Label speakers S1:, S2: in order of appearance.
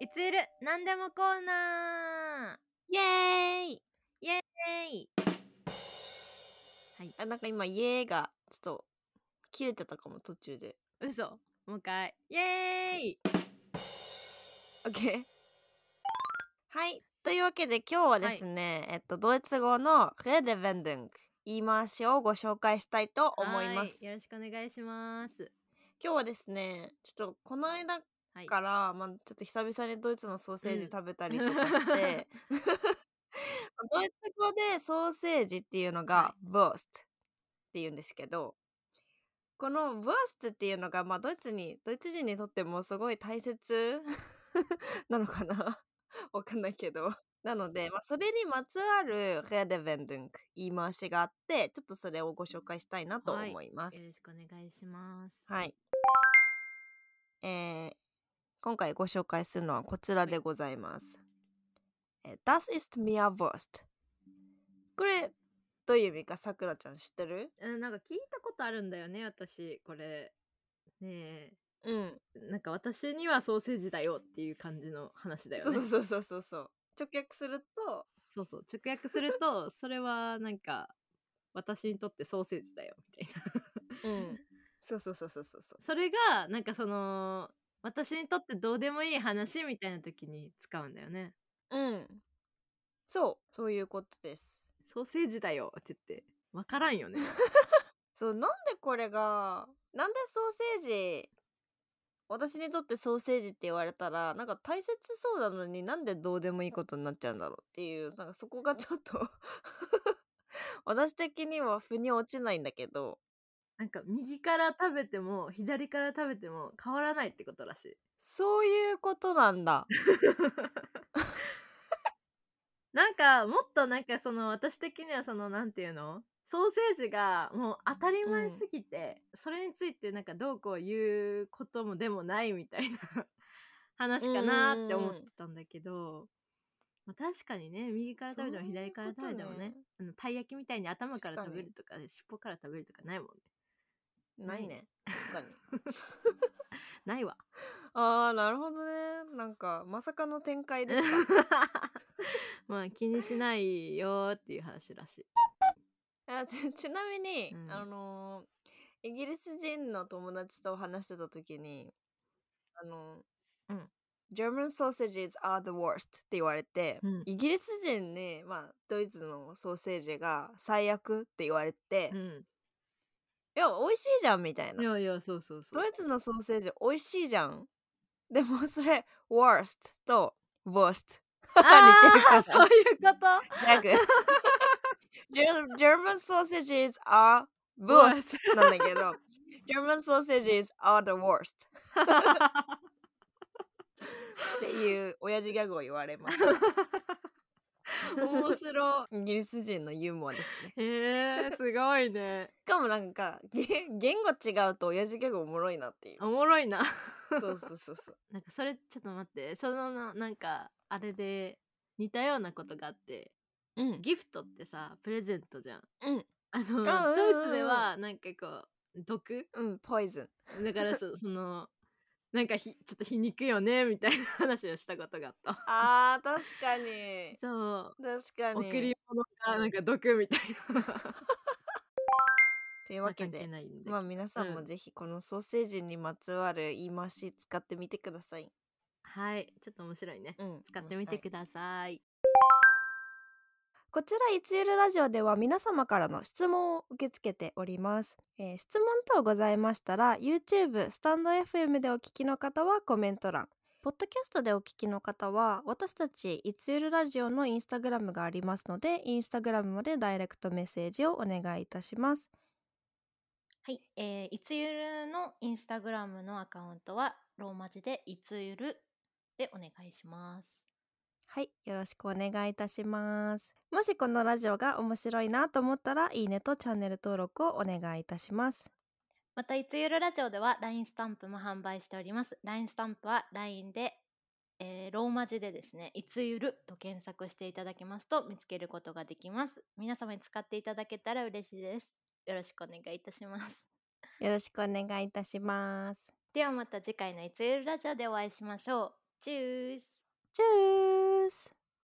S1: いつゆるなんでもコーナ
S2: イエーイ
S1: ーイエーイ
S2: はい。あ、なんか今、イエーが、ちょっと、切れてたかも、途中で。
S1: 嘘もう一回イエーイ
S2: オッケー。はい。 というわけで、今日はですね、えっと、ドイツ語の、レデベンデング、言い回しをご紹介したいと思います
S1: は。よろしくお願いします
S2: 今日はですね、ちょっと、この間
S1: はい
S2: から、まあ、ちょっと久々にドイツのソーセージ
S1: うん
S2: 食べたりとか して、ドイツ語でソーセージっていうのが
S1: は、
S2: ブーストっていうんですけど、このブーストっていうのが、まあ、ドイツに、ドイツ人にとってもすごい大切 なのかな わかんないけど。なので、まあ、それにまつわるレレベンデンク言い回しがあって、ちょっとそれをご紹介したいなと
S1: はい
S2: 思います。
S1: よろしくお願いします
S2: はい。えー今回ご紹介するのはこちらでございます。えー Das ist mir Wurst。これ、どういう意味かさくらちゃん知ってる
S1: うんなんか聞いたことあるんだよね私これね
S2: うん。
S1: えなんか私にはソーセージだよっていう感じの話だよ
S2: そう
S1: ね
S2: そうそうそうそうそう。直訳すると、
S1: そうそう直訳する とそれはなんか私にとってソーセージだよみたいな
S2: うん。 そうそうそうそうそうそう。
S1: それがなんかその私にとってどうでもいい話みたいな時に使うんだよね
S2: うん。そう、そういうことです。
S1: ソーセージだよって言ってわからんよね
S2: そう、なんでこれが、なんでソーセージ、私にとってソーセージって言われたら、なんか大切そうなのになんでどうでもいいことになっちゃうんだろうっていう、なんかそこがちょっと、 私的には腑に落ちないんだけど、
S1: なんか右から食べても左から食べても変わらないってことらしい
S2: そういうことなんだ。
S1: なんかもっとなんかその私的にはそのなんていうのソーセージがもう当たり前すぎて、それについてなんかどうこう言うこともでもないみたいな 話かなって思ってたんだけど、まあ、確かにね右から食べても
S2: そうい
S1: 左
S2: うこ
S1: か
S2: と
S1: ら食
S2: ね
S1: べてもねあのたい焼きみたいに頭から
S2: 確か
S1: 食
S2: に
S1: べるとか尻尾から食べるとかないもんね
S2: ないね。確かに。
S1: ないわ
S2: あー、なるほどね。なんか、まさかの展開でした。
S1: まあ気にしないよーっていう話らしい。
S2: あち ちなみに、
S1: うん
S2: あのーイギリス人の友達と話してた時にあの
S1: う
S2: ー
S1: ん、
S2: German sausages are the worst って言われて、
S1: うん
S2: イギリス人に、まあ、ドイツのソーセージが最悪って言われて、
S1: う
S2: い
S1: ん、
S2: や美味しいじゃんみたい
S1: い
S2: な
S1: やいやそうそうそう。
S2: ドイツのソーセージ美味しいじゃんでもそれ worst と worst 似てるか ら
S1: あーそういうこと
S2: なんか Ger- German sausages are worst なんだ けど German sausages are the worst っていう親父ギャグを言われます
S1: 面白
S2: イギリス人のユーモアですね
S1: い。へえー、すごいね。
S2: しかもなんかげ言語違うと親父ギャグおもろいなっていう
S1: おもろいな。
S2: そうそうそうそう
S1: なんかそれちょっと待ってそのななんかあれで似たようなことがあって
S2: うん
S1: ギフトってさプレゼントじゃん。
S2: うん
S1: あの
S2: あうんうん
S1: ド
S2: うん
S1: イツではなんかこう毒
S2: うんポイズン
S1: だからそそのなんかひちょっと皮肉よねみたいな話をしたことがあった。
S2: あー確かに
S1: そう
S2: 確かに
S1: 贈り物がなんか毒みたいな。
S2: というわけ
S1: まあ関係
S2: で
S1: ないんで
S2: まあ皆さんも
S1: うん
S2: ぜひこのソーセージにまつわる言い回し使ってみてください、
S1: はい、ちょっと面白いね。
S2: うん、
S1: 使ってみてください。
S2: こちらいつゆるラジオでは皆様からの質問を受け付けております、えー質問等ございましたら YouTube スタンド FM でお聞きの方はコメント欄ポッドキャストでお聞きの方は私たちいつゆるラジオのインスタグラムがありますのでインスタグラムまでダイレクトメッセージをお願いいたします
S3: はい、えーいつゆるのインスタグラムのアカウントはローマ字でいつゆるでお願いします。
S2: はいよろしくお願いいたしますもしこのラジオが面白いなと思ったらいいねとチャンネル登録をお願いいたします
S3: またいつゆるラジオでは LINE スタンプも販売しております。LINE スタンプは LINE で、えーローマ字でですね、いつゆると検索していただきますと見つけることができます。皆様に使っていただけたら嬉しいです。よろしくお願いいたします。
S2: よろしくお願いいたします
S3: ではまた次回のいつゆるラジオでお会いしましょう。チュース
S2: チュース